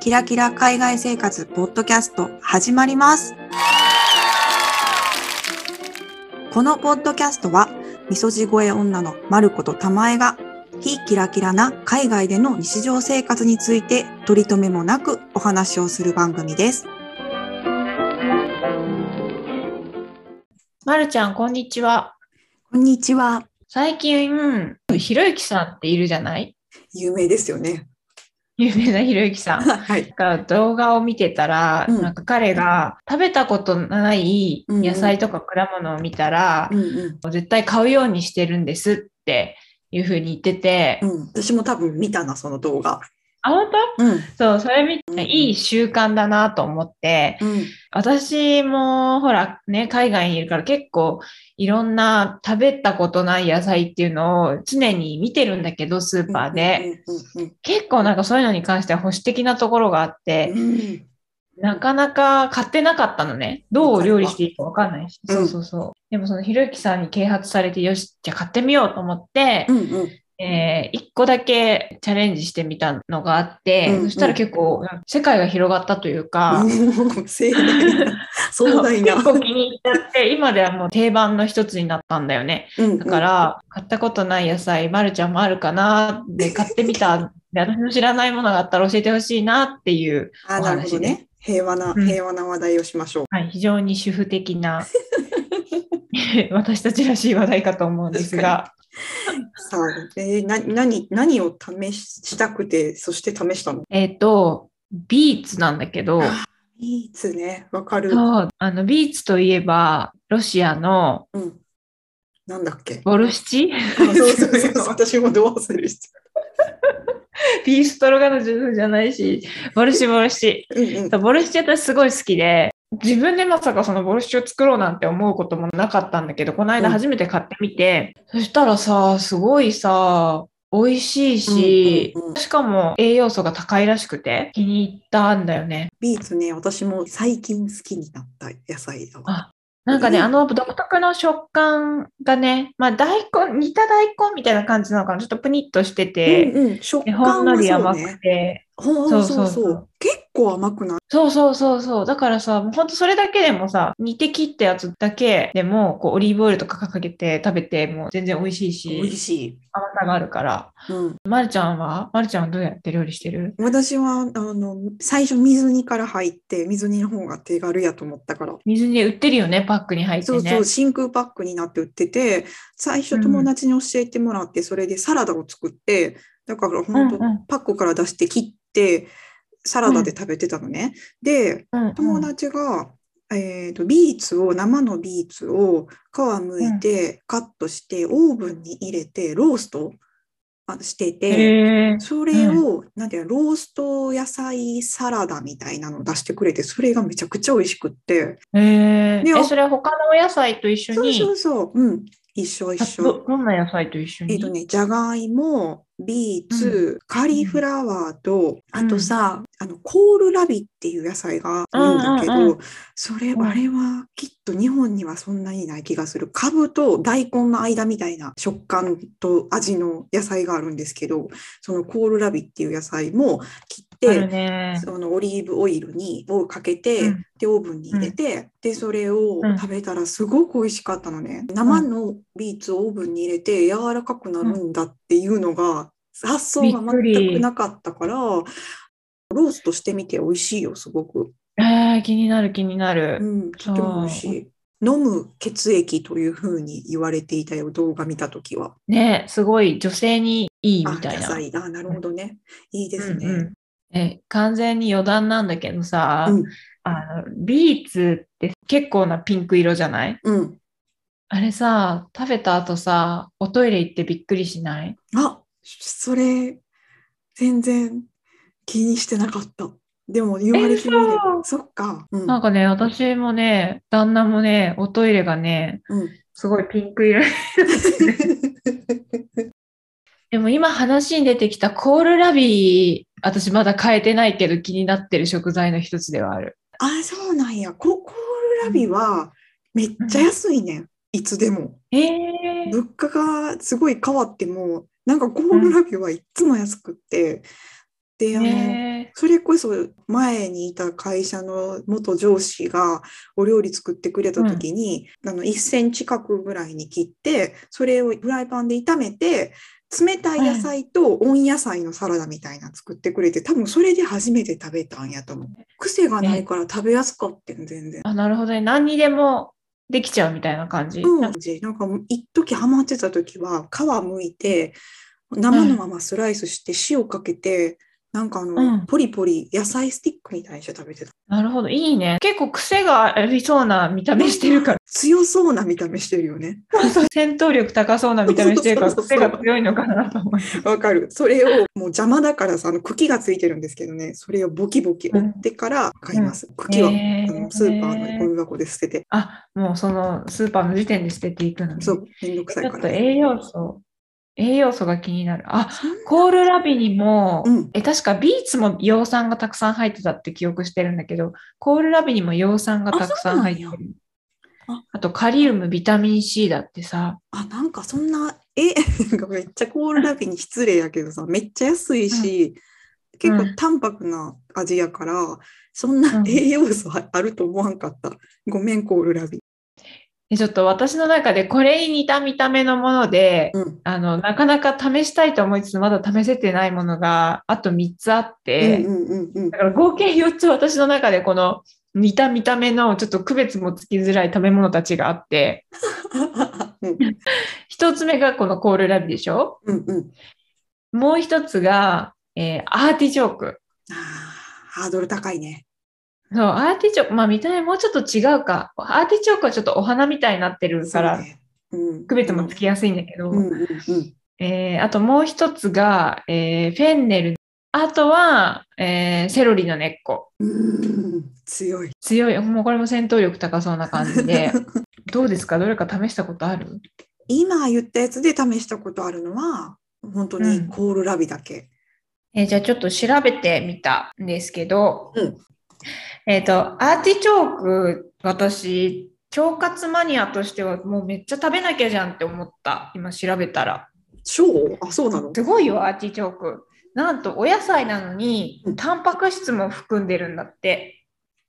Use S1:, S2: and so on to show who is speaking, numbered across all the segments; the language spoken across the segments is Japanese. S1: キラキラ海外生活ポッドキャスト始まります。このポッドキャストは、みそじ声女のまることたまえが、非キラキラな海外での日常生活について、取り留めもなくお話をする番組です。
S2: まるちゃん、こんにちは。
S1: こんにちは。
S2: 最近、ひろゆきさんっているじゃない
S1: 有名ですよね。
S2: 有名なひろゆきさ ん。
S1: はい。
S2: が動画を見てたら、
S1: うん
S2: なんか彼が食べたことない
S1: うんうん
S2: 野菜とか果物を見たら、
S1: んうん。
S2: 絶対買うようにしてるんですっていうふうに言ってて、
S1: うん、私も多分見たな、その動画。
S2: あ、本
S1: うん。
S2: 当そう、それ見
S1: うんうん
S2: て、いい習慣だなと思って、
S1: うん。
S2: 私もほらね、海外にいるから結構いろんな食べたことない野菜っていうのを常に見てるんだけど、スーパーで。
S1: うんうん
S2: 結構なんかそういうのに関しては保守的なところがあって、
S1: うんうん。
S2: なかなか買ってなかったのね。どう料理していいかわかんないし。
S1: うん
S2: そうそうそう。でもそのひろゆきさんに啓発されて、よし、じゃあ買ってみようと思って
S1: う、んうん。
S2: えー一個だけチャレンジしてみたのがあって、
S1: うんうん
S2: そしたら結構世界が広がったというか、
S1: うん盛大な壮大な。
S2: 結構気に入っちゃって、今ではもう定番の一つになったんだよね。
S1: うんうん
S2: だから、買ったことない野菜、まるちゃんもあるかなで買ってみた。で、私の知らないものがあったら教えてほしいなっていう、
S1: あーなるほど
S2: お話
S1: ね。平和な、
S2: うん
S1: 平和な話題をしましょう。
S2: はい、非常に主婦的 な、私たちらしい話題かと思うんですが、
S1: さあ、えー、な何何を試ししたくて、そして試したの
S2: えっ、と、ビーツなんだけど、
S1: いいつね、わかる。
S2: そうあのビーツといえば、ロシアの
S1: うん。なんだっけ
S2: ボルシチ
S1: あ そうそうそうそう、 私もどうするした。
S2: ビーストロガのジュースじゃないし、ボルシチボルシチ。
S1: うんうん
S2: そうボルシチ私すごい好きで、自分でまさかそのボルシチを作ろうなんて思うこともなかったんだけど、この間
S1: うん
S2: 初めて買ってみて、そしたらさ、すごいさ、美味しいし、
S1: うんうんうん
S2: しかも栄養素が高いらしくて気に入ったんだよね。
S1: ビーツね、私も最近好きになった野菜だわ。
S2: あなんかね、
S1: うん
S2: あの独特の食感がね、まあ大根、煮た大根みたいな感じなのかな、ちょっとプニッとしてて、
S1: うんうん、食
S2: で
S1: 感
S2: ほんのり
S1: は
S2: 甘
S1: そうね
S2: く。て、
S1: ほう
S2: そ
S1: そうう
S2: そ
S1: そうう
S2: そう
S1: そう。結構甘くない。
S2: そうそうそうそう。だからさ、もうほんとそれだけでもさ、煮て切ったやつだけでも、こうオリーブオイルとかかけて食べても全然美味しい
S1: 美味
S2: し、
S1: しい。
S2: 甘さがあるから。
S1: うん、
S2: まるちゃんはまるちゃんはどうやって料理してる
S1: 私はあの最初水煮から入って水煮の方が手軽やと思ったから
S2: 水に売ってるよね、パックに入って
S1: そう
S2: ね。
S1: そう、真空パックになって売ってて、最初友達に教えてもらって、それでサラダを作って、だから本当
S2: うんうん
S1: パックから出して切って、サラダで食べてたのね。で、
S2: うんうん
S1: 友達が、えーと、ビーツを、生のビーツを皮むいて、カットして、オーブンに入れて、ローストあしてて、
S2: へー
S1: それを、なんていうの、ロースト野菜サラダみたいなのを出してくれて、それがめちゃくちゃ美味しくって。
S2: へ
S1: で
S2: ーえ、それは他のお野菜と一緒
S1: そう
S2: に、
S1: そうそう、うん、一緒一
S2: あ
S1: 緒
S2: ど。どんな野菜と一緒に
S1: えっとね、じゃがいも、ビーツ、カリフラワーと、あとさ、あの、コールラビっていう野菜があるんだけど、
S2: うんうんう
S1: それ、
S2: うん
S1: あれはきっと日本にはそんなにない気がする。カブと大根の間みたいな食感と味の野菜があるんですけど、そのコールラビっていう野菜も切っ
S2: あ
S1: て、
S2: るね。
S1: そのオリーブオイルにをかけて、
S2: うん
S1: でオーブンに入れて、でそれを
S2: うん
S1: 食べたらすごく美味しかったのね、生のビーツをオーブンに入れて柔らかくなるんだっていうのが、発想が全くなかったからローストしてみて美味しいよすごく、
S2: えー、気になる気になる。
S1: うん、とても美味しい飲む血液というふうに言われていたよ動画見た時は
S2: ね、すごい女性にいいみたい
S1: あ
S2: な
S1: 野。菜だなるほどねいいですね、
S2: うんうんえ完全に余談なんだけどさ、
S1: うん
S2: あのビーツって結構なピンク色じゃない
S1: うん、
S2: あれさ食べた後さおトイレ行ってびっくりしない
S1: あ、それ、全然気にしてなかった。でも言われてみれば、そっか。うん。
S2: なんかね私もね旦那もねおトイレがね
S1: うん、
S2: すごいピンク色でも今話に出てきたコールラビー私まだ変えてないけど気になってる食材の一つではある
S1: あ、そうなんや。ココールラビはめっちゃ安いねん。いつでも。
S2: えー、
S1: 物価がすごい変わっても、なんかコールラビはいっつも安くって、で、あの、
S2: ね
S1: それこそ前にいた会社の元上司がお料理作ってくれた時に、あの1センチ角ぐらいに切ってそれをフライパンで炒めて冷たい野菜と温野菜のサラダみたいなの作ってくれて多分それで初めて食べたんやと思う癖がないから食べやすかったん全然。
S2: あ、なるほどね。何にでもできちゃうみたいな感じ。
S1: う
S2: なんんか、
S1: なんか一時ハマってた時は皮むいて生のままスライスして塩かけてなんかあの、
S2: うん
S1: ポリポリ野菜スティックみたいにして食べてた
S2: なるほど。いいね。結構癖がありそうな見た目して るから。
S1: 強そうな見た目してるよ ね
S2: 戦闘力高そうな見た目してるから、
S1: そうそうそう
S2: 癖が強いのかなと思います。
S1: わかるそれをもう邪魔だからさあの茎がついてるんですけどねそれをボキボキ折ってから買います、茎は、
S2: へ
S1: あのスーパーのゴ
S2: ー
S1: ミ箱で捨てて
S2: あ、もうそのスーパーの時点で捨てていくのね。
S1: そうめんどくさ
S2: ち
S1: い
S2: ょ
S1: か
S2: っと
S1: ら
S2: 栄養素、栄養素が気になる。あ、
S1: そんな
S2: コールラビにも、
S1: うん
S2: え、確かビーツも葉酸がたくさん入ってたって記憶してるんだけど、コールラビにも葉酸がたくさん入ってる
S1: あそう。なんや
S2: あとカリウム、ビタミン C だってさ、
S1: あなんかそんなえ なんかめっちゃコールラビに失礼やけどさめっちゃ安いし、
S2: うん
S1: 結構淡白な味やからそんな
S2: うん
S1: 栄養素はあると思わんかった、ごめんコールラビ
S2: でちょっと私の中でこれに似た見た目のもので、
S1: うん
S2: あの、なかなか試したいと思いつつ、まだ試せてないものが、あと3つあって、
S1: うんうんうんうん
S2: だから合計4つ私の中でこの似た見た目のちょっと区別もつきづらい食べ物たちがあって、
S1: うん
S2: 一つ目がこのコールラビでしょ
S1: うんうん
S2: もう一つが、えーアーティチョーク。
S1: あーハードル高いね。
S2: そう、アーティチョーク、まあ見た目もうちょっと違うか。アーティチョークはちょっとお花みたいになってるから、
S1: そうねうん、
S2: 区別もつきやすいんだけど、
S1: うんうんうん
S2: えーあともう一つが、えーフェンネル。あとは、えーセロリの根っこ。
S1: うん、強い。
S2: 強い。もうこれも戦闘力高そうな感じ で。どうですかどれか試したことある
S1: 今言ったやつで試したことあるのは、本当
S2: う
S1: に
S2: ん
S1: コールラビだけ。
S2: えーじゃあちょっと調べてみたんですけど、
S1: うん
S2: えっ、と、アーティチョーク、私、腸活マニアとしてはもうめっちゃ食べなきゃじゃんって思った。今調べたら。
S1: 超、あ、そうなの
S2: すごいよ、アーティチョーク。なんとお野菜なのに
S1: うん、
S2: タンパク質も含んでるんだって。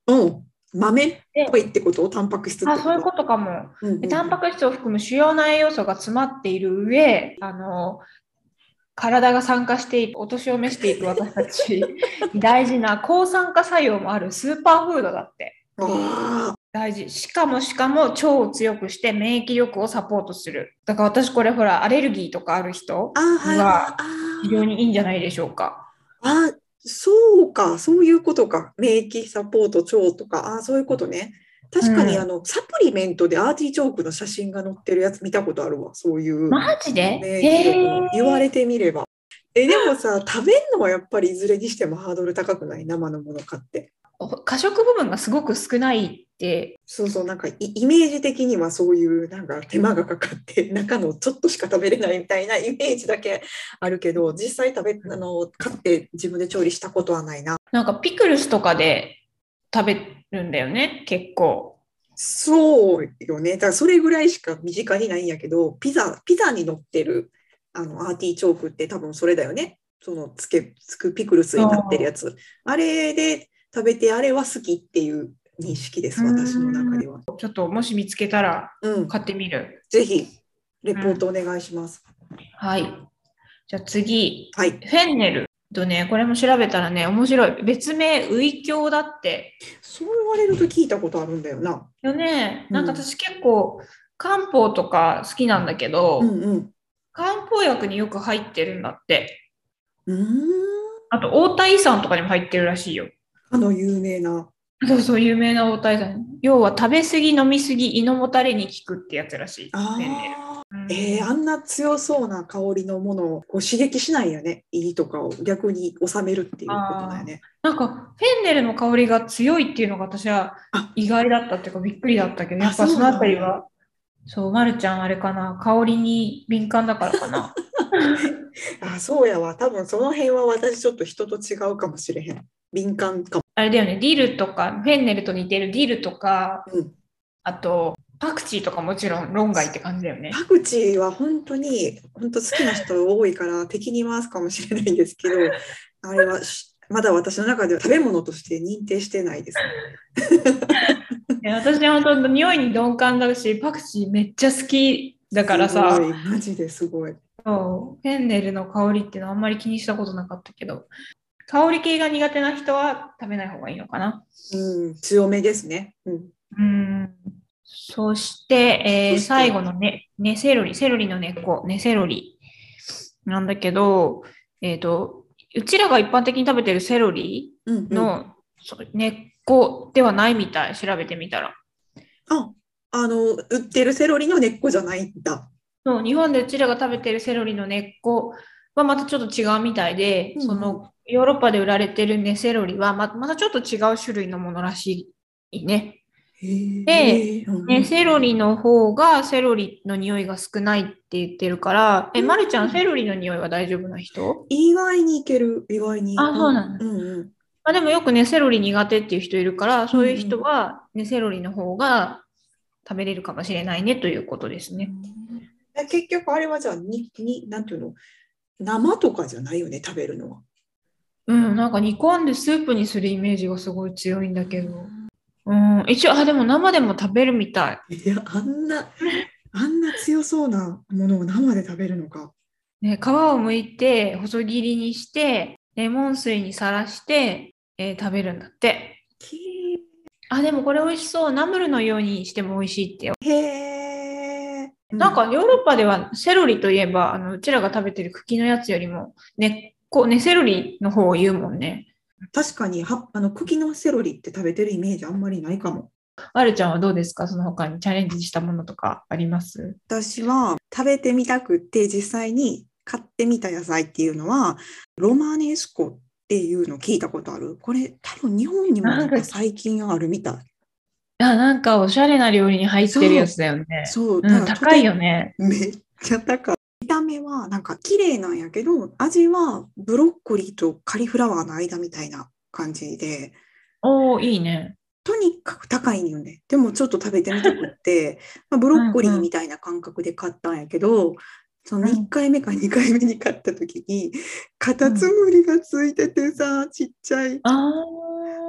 S1: うん。豆っぽいってことタンパク質って
S2: あ、そういうことかも。
S1: と。うんうん
S2: でタンパク質を含む主要な栄養素が詰まっている上、あの体が酸化していく、お年を召していく私たち に大事な抗酸化作用もあるスーパーフードだって。
S1: あ
S2: 大事。しかもしかも腸を強くして免疫力をサポートする。だから私これほらアレルギーとかある人
S1: ー、あー、はい。
S2: うわ
S1: あ
S2: 非
S1: ー
S2: 常にいいんじゃないでしょうか。
S1: あー、そうか、そういうことか。免疫サポート、腸とか、あーそういうことね。確かに、
S2: うん
S1: あの、サプリメントでアーティチョークの写真が載ってるやつ見たことあるわ。そういう。
S2: マジで
S1: ね
S2: へー
S1: 言われてみれば。えでもさ食べるのはやっぱりいずれにしてもハードル高くない生のもの買って。
S2: お過食部分がすごく少ないって。
S1: そうそうなんかイイメージ的にはそういうなんか手間がかかって 中のちょっとしか食べれないみたいなイメージだけあるけど実際食べあの買って自分で調理したことはないな。
S2: なんかピクルスとかで食べるんだよね、結構。
S1: そうよねだからそれぐらいしか身近にないんやけどピザピザに乗ってるあのアーティチョークって多分それだよねそのつけつくピクルスになってるやつあれで食べてあれは好きっていう認識です
S2: うーん
S1: 私の中では、
S2: ちょっともし見つけたら
S1: うん、
S2: 買ってみる。
S1: ぜひレポートお願いします、
S2: はい。じゃあ次、
S1: はい
S2: フェンネル。とね、これも調べたらね、面白い。別名、ウイキョウだって。
S1: そう言われると聞いたことあるんだよな
S2: よね、
S1: うん
S2: なんか私結構漢方とか好きなんだけど、
S1: うんうん
S2: 漢方薬によく入ってるんだって。
S1: うーん
S2: あと、大田遺産とかにも入ってるらしいよ。
S1: あの有名な
S2: そうそう、有名な大田遺産。要は食べ過ぎ、飲み過ぎ、胃のもたれに効くってやつらしい。
S1: あ
S2: フェンネル
S1: ー
S2: うん
S1: えー、あんな強そうな香りのものをこう刺激しないよね。胃とかを逆に収めるっていうことだよね。
S2: なんか、フェンネルの香りが強いっていうのが私は
S1: あ
S2: 意外だったっていうかびっくりだったけど、
S1: あ
S2: やっぱ
S1: そう
S2: そ
S1: な
S2: の
S1: んだ
S2: あたりは、そう、まるちゃんあれかな、香りに敏感だからかな。
S1: あ、そうやわ。多分その辺は私ちょっと人と違うかもしれへん。敏感かも。
S2: あれだよね、ディルとか、フェンネルと似てるディルとか、
S1: うん
S2: あと、パクチーとかもちろん論外って感じ だよね。
S1: パクチーは本当に、本当好きな人多いから敵に回すかもしれないんですけ ど、あれはまだ私の中では食べ物として認定してないです。
S2: いや私本当匂いに鈍感だし、パクチーめっちゃ好きだからさ。
S1: マジですごい。
S2: そうフェンネルの香りってのはあんまり気にしたことなかったけど、香り系が苦手な人は食べない方がいいのかな。
S1: うん、強めですね。うん。
S2: うんそして、えー、最後のね、ね、セロリ、セロリの根っこ、ね、セロリなんだけど、えっ、ー、と、うちらが一般的に食べてるセロリの、うんうん、根っこではないみたい、調べてみたら。
S1: あ、あの、売ってるセロリの根っこじゃないんだ。
S2: そう、日本でうちらが食べてるセロリの根っこはまたちょっと違うみたいで、うん、その、ヨーロッパで売られてるね、セロリはま、またちょっと違う種類のものらしいね。で、ね、セロリの方がセロリの匂いが少ないって言ってるから、え、まるちゃん、セロリの匂いは大丈夫な人
S1: 意外にいける、意外に。
S2: あ、そうなんだ。
S1: うんうん
S2: まあ、でもよくね、セロリ苦手っていう人いるから、そういう人は、ね、セロリの方が食べれるかもしれないねということですね。
S1: うん、結局、あれはじゃあ、に、に、なんていうの、生とかじゃないよね、食べるのは。
S2: うん、なんか煮込んでスープにするイメージがすごい強いんだけど。うん、一応、あ、でも生でも食べるみた
S1: い。いや、あん な、あんな強そうなものを生で食べるのか。
S2: ね、皮を剥いて、細切りにして、レモン水にさらして、えー、食べるんだって。あ、でもこれ美味しそう。ナムルのようにしても美味しいって。
S1: へ
S2: ー。なんかヨーロッパではセロリといえば、あのうちらが食べてる茎のやつよりも、ね、こうね、セロリの方を言うもんね。
S1: 確かにはあの茎のセロリって食べてるイメージあんまりないかも。
S2: まるちゃんはどうですかその他にチャレンジしたものとかあります
S1: 私は食べてみたくって実際に買ってみた野菜っていうのはロマネスコっていうの聞いたことあるこれ多分日本にもなんか最近あるみたい。
S2: あなんかおしゃれな料理に入ってるやつだよね。
S1: そう、
S2: うん、高いよね。
S1: めっちゃ高い。見た目はなんか綺麗なんやけど味はブロッコリーとカリフラワーの間みたいな感じで
S2: おいいね
S1: とにかく高いんよねでもちょっと食べてみたくって まあ、ブロッコリーみたいな感覚で買ったんやけど、うん、その1回目 か2回目に買った時にカタツムリがついててさちっちゃい。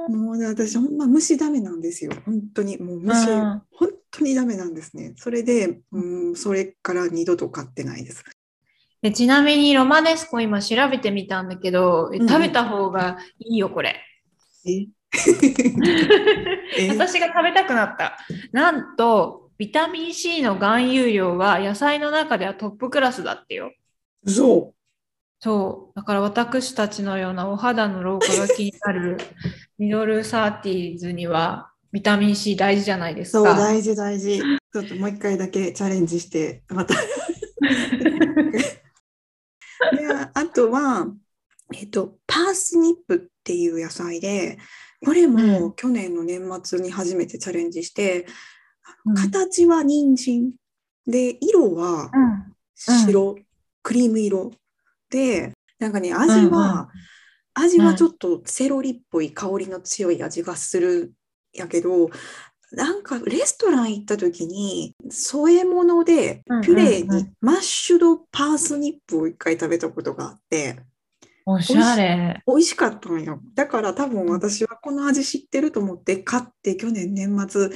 S1: もうね、私ほんま虫ダメなんですよ。本当にもう虫、本当にダメなんですね。それで、うん、それから二度と買ってないです。
S2: でちなみにロマネスコ今調べてみたんだけど、食べた方がいいよ、これ。
S1: うん、
S2: 私が食べたくなった。なんと、ビタミン C の含有量は野菜の中ではトップクラスだってよ。
S1: そう。
S2: そう。だから私たちのようなお肌の老化が気になる ミドルサーティーズにはビタミン C 大事じゃないですか。そう、
S1: 大事大事。ちょっともう一回だけチャレンジして、ま たで。あとは、えっと、パースニップっていう野菜で、これも去年の年末に初めてチャレンジして、うん、形は人参で、色は白、うんうん、クリーム色でなんかね味は、うんうん、味はちょっとセロリっぽい香りの強い味がするやけど、うん、なんかレストラン行った時に添え物でピュレにマッシュドパースニップを一回食べたことがあって。
S2: おしゃれ
S1: 美味しかったんよだから多分私はこの味知ってると思って買って去年年末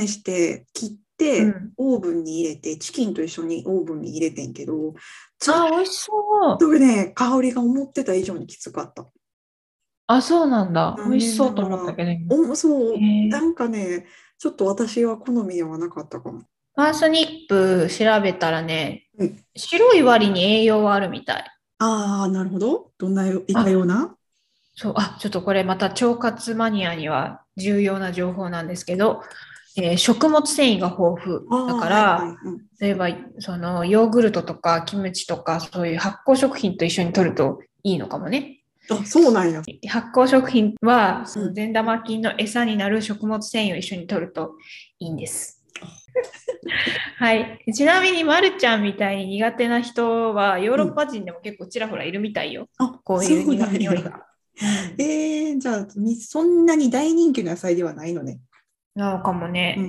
S1: 試して切ってっ、うん、オーブンに入れてチキンと一緒にオーブンに入れてんけど
S2: あ美味しそう
S1: とね香りが思ってた以上にきつかった
S2: あそうなんだ美味しそうと思ったけど
S1: おそうなんかねちょっと私は好みではなかったかも
S2: パースニップ調べたらね、うん、白い割に栄養はあるみたい
S1: ああなるほどどんないかような
S2: そうあちょっとこれまた腸活マニアには重要な情報なんですけどえー、食物繊維が豊富だから、例えばそのヨーグルトとかキムチとかそういう発酵食品と一緒に摂るといいのかもね。
S1: あそうなんや
S2: 発酵食品はその善玉菌の餌になる食物繊維を一緒に摂るといいんです。 はい、ちなみに、ま、るちゃんみたいに苦手な人はヨーロッパ人でも結構ちらほらいるみたいよ、
S1: うん、
S2: こういう苦手匂いが。
S1: えー、じゃあそんなに大人気の野菜ではないのね。
S2: なのかもね。
S1: う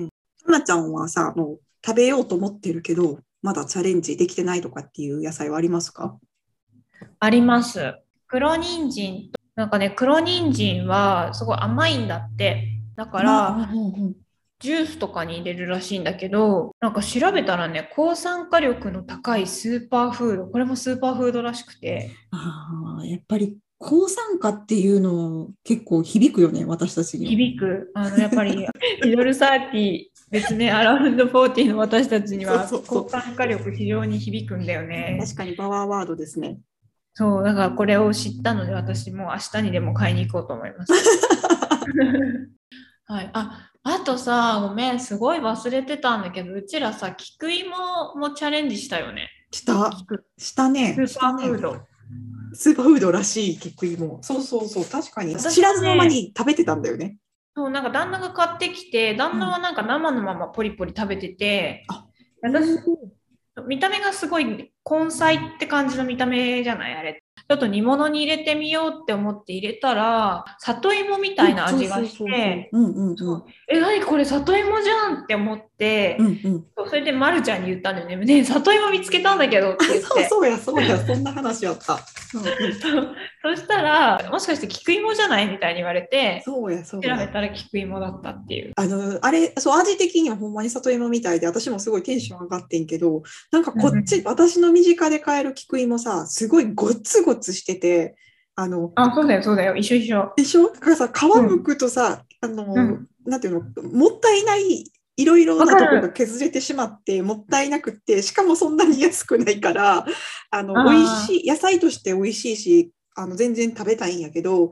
S1: ん、なちゃんはさ、もう食べようと思ってるけど、まだチャレンジできてないとかっていう野菜はありますか
S2: あります。黒人参と、なんかね、黒人参はすごい甘いんだって。だか、
S1: から
S2: ジュースとかに入れるらしいんだけど、なんか調べたらね、抗酸化力の高いスーパーフード、これもスーパーフードらしくて、
S3: ああ、やっぱり抗酸化っていうの結構響くよね、私たちに。
S2: 響く、あのやっぱ り、ミドルサーティ別名アラウンドフォーティの私たちには
S1: そうそうそう
S2: 抗酸化力非常に響くんだよね。
S1: 確かにパワーワードですね。
S2: そう、だからこれを知ったので、私もう明日にでも買いに行こうと思います。 はい、ああとさ、ごめん、すごい忘れてたんだけど、うちらさ、菊芋もチャレンジしたよね。
S1: した、したね
S2: ス。ーパーフード。
S1: スーパーフードらしい菊芋。そうそうそう、確かに。
S2: 私はね
S1: 知らずの間に食べてたんだよね。
S2: そう、なんか旦那が買ってきて、旦那はなんか生のままポリポリ食べてて、
S1: あ
S2: 私、見た目がすごい根菜って感じの見た目じゃないあれ。ちょっと煮物に入れてみようって思って入れたら、里芋みたいな味がして、
S1: うんそうそううんうんうん。
S2: そうえ、何これ里芋じゃんって思って、
S3: うんうん。
S2: そうそれでまるちゃんに言ったんだよね。ねえ里芋見つけたんだけどって言って。
S1: そうそうや、そうや、そんな話あ った。うんうん
S2: そしたら、もしかして菊芋じゃないみたいに言われて、
S1: そうや、そう
S2: 調べ
S1: や。
S2: たら菊芋だったっていう。
S1: あの、あれ、そう、味的にはほんまに里芋みたいで、私もすごいテンション上がってんけど、なんかこっち、私の身近で買える菊芋さ、すごいごつごつしてて、あの、
S2: あ、そうだよ、そうだよ。一緒一緒。
S1: でしょだからさ、皮むくとさ、あの、
S2: うん
S1: なんていうの、もったいない、いろいろなとこ
S2: わか
S1: ろ
S2: る
S1: が削れてしまって、もったいなくって、しかもそんなに安くないから、あの、
S2: あー
S1: 美味しい、野菜として美味しいし、あの、全然食べたいんやけど、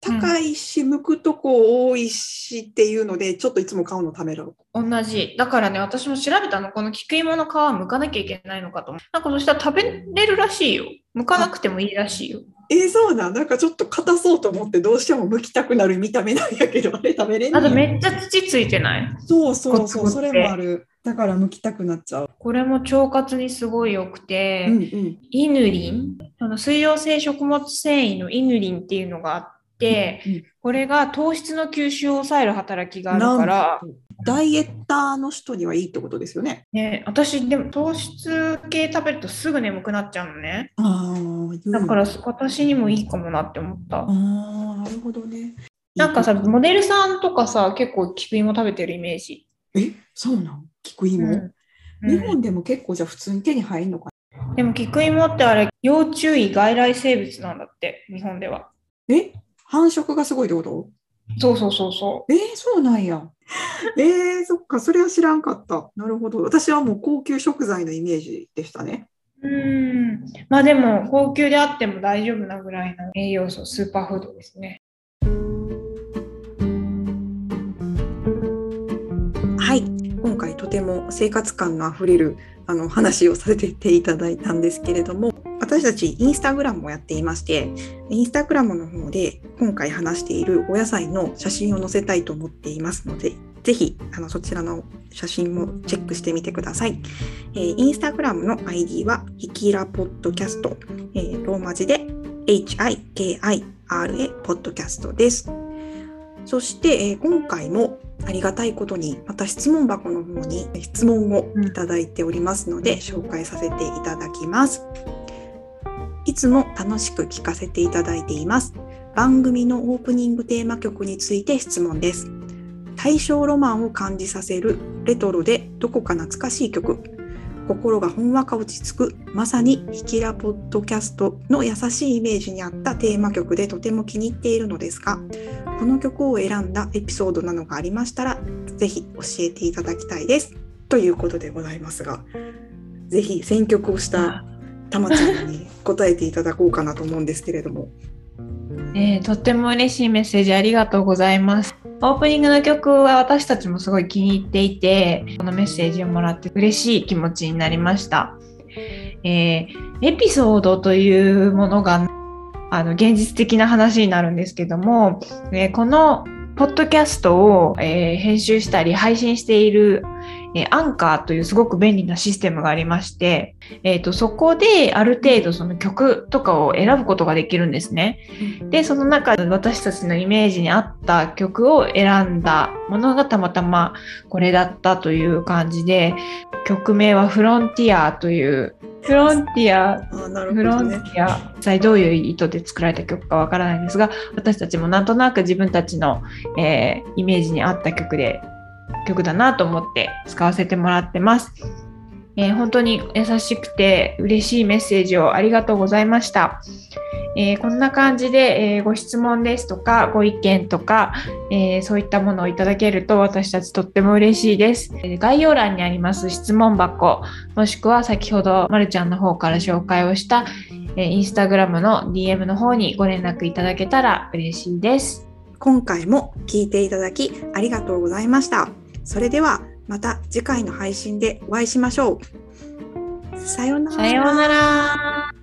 S1: 高いし、剥くとこ多いしっていうので、ちょっといつも買うのためらう。
S2: 同じ。だからね、私も調べたの、この菊芋の皮剥かなきゃいけないのかと思う。なんかそしたら食べれるらしいよ。剥かなくてもいいらしいよ。
S1: えー、そうなん、なんかちょっと硬そうと思って、どうしても剥きたくなる見た目なんやけど、あれ食べれん
S2: あ
S1: ね
S2: と
S1: ん
S2: めっちゃ土ついてない。
S1: そうそう
S2: ゴツゴ
S1: そ
S2: ツ
S1: う、
S2: って
S1: それもある。
S3: だから剥きたくなっちゃう。
S2: これも腸活にすごい良くて、
S1: うんうん。
S2: イヌリン、その水溶性食物繊維のイヌリンっていうのがあって、
S3: うんうん
S2: これが糖質の吸収を抑える働きがあるから、
S1: ダイエッターの人にはいいってことですよね。
S2: ね、私でも糖質系食べるとすぐ眠くなっちゃうのね。
S3: ああ、
S2: だから私にもいいかもなって思った。
S1: ああ、なるほどね。
S2: なんかさ、モデルさんとかさ、結構菊芋食べてるイメージ。
S1: え、そうなん菊芋、
S2: うん
S1: 日本でも結構じゃあ普通に手に入るのか
S2: うんでも菊芋ってあれ、要注意外来生物なんだって、日本では。
S1: なえ繁殖がすごいってこと
S2: そうそうそうそ
S1: えー、そうなんや。えー、そっか、それは知らんかった。なるほど。私はもう高級食材のイメージでしたね。
S2: う。うん。まあでも、高級であっても大丈夫なぐらいの栄養素、スーパーフードですね。
S1: はい、今回とても生活感のあふれるあの話をさせていただいたんですけれども私たちインスタグラムをやっていましてインスタグラムの方で今回話しているお野菜の写真を載せたいと思っていますのでぜひあのそちらの写真もチェックしてみてください、えーインスタグラムの ID はひきらポッドキャスト、えーローマ字で HIKIRA ポッドキャストですそして、えー今回もありがたいことにまた質問箱の方に質問をいただいておりますので紹介させていただきます。いつも楽しく聞かせていただいています。番組のオープニングテーマ曲について質問です。大正ロマンを感じさせるレトロでどこか懐かしい曲。心がほんわか落ち着くまさにひきらポッドキャストの優しいイメージに合ったテーマ曲でとても気に入っているのですがこの曲を選んだエピソードなのがありましたらぜひ教えていただきたいですということでございますがぜひ選曲をしたたまちゃんに答えていただこうかなと思うんですけれども
S2: えーとっても嬉しいメッセージありがとうございます。オープニングの曲は私たちもすごい気に入っていて、このメッセージをもらって嬉しい気持ちになりました。えーエピソードというものが、あの、現実的な話になるんですけども、えーこのポッドキャストを、えー編集したり配信しているえーアンカーというすごく便利なシステムがありまして、えー、とそこである程度その曲とかを選ぶことができるんですね。でその中で私たちのイメージに合った曲を選んだものがたまたまこれだったという感じで曲名は「フロンティア」というフロンティア
S1: あーなる
S2: フロ
S1: ほど
S2: ンテ
S1: ね。
S2: ィア、一体どういう意図で作られた曲かわからないんですが、私たちもなんとなく自分たちの、えーイメージに合った曲で、曲だなと思って使わせてもらってます。えー本当に優しくて嬉しいメッセージをありがとうございました。えーこんな感じで、えーご質問ですとかご意見とか、えーそういったものをいただけると私たちとっても嬉しいです。えー概要欄にあります質問箱もしくは先ほどまるちゃんの方から紹介をした、えー、インスタグラムの DM の方にご連絡いただけたら嬉しいです。
S1: 今回も聞いていただきありがとうございました。それではまた次回の配信でお会いしましょう。さようなら。
S2: さようなら。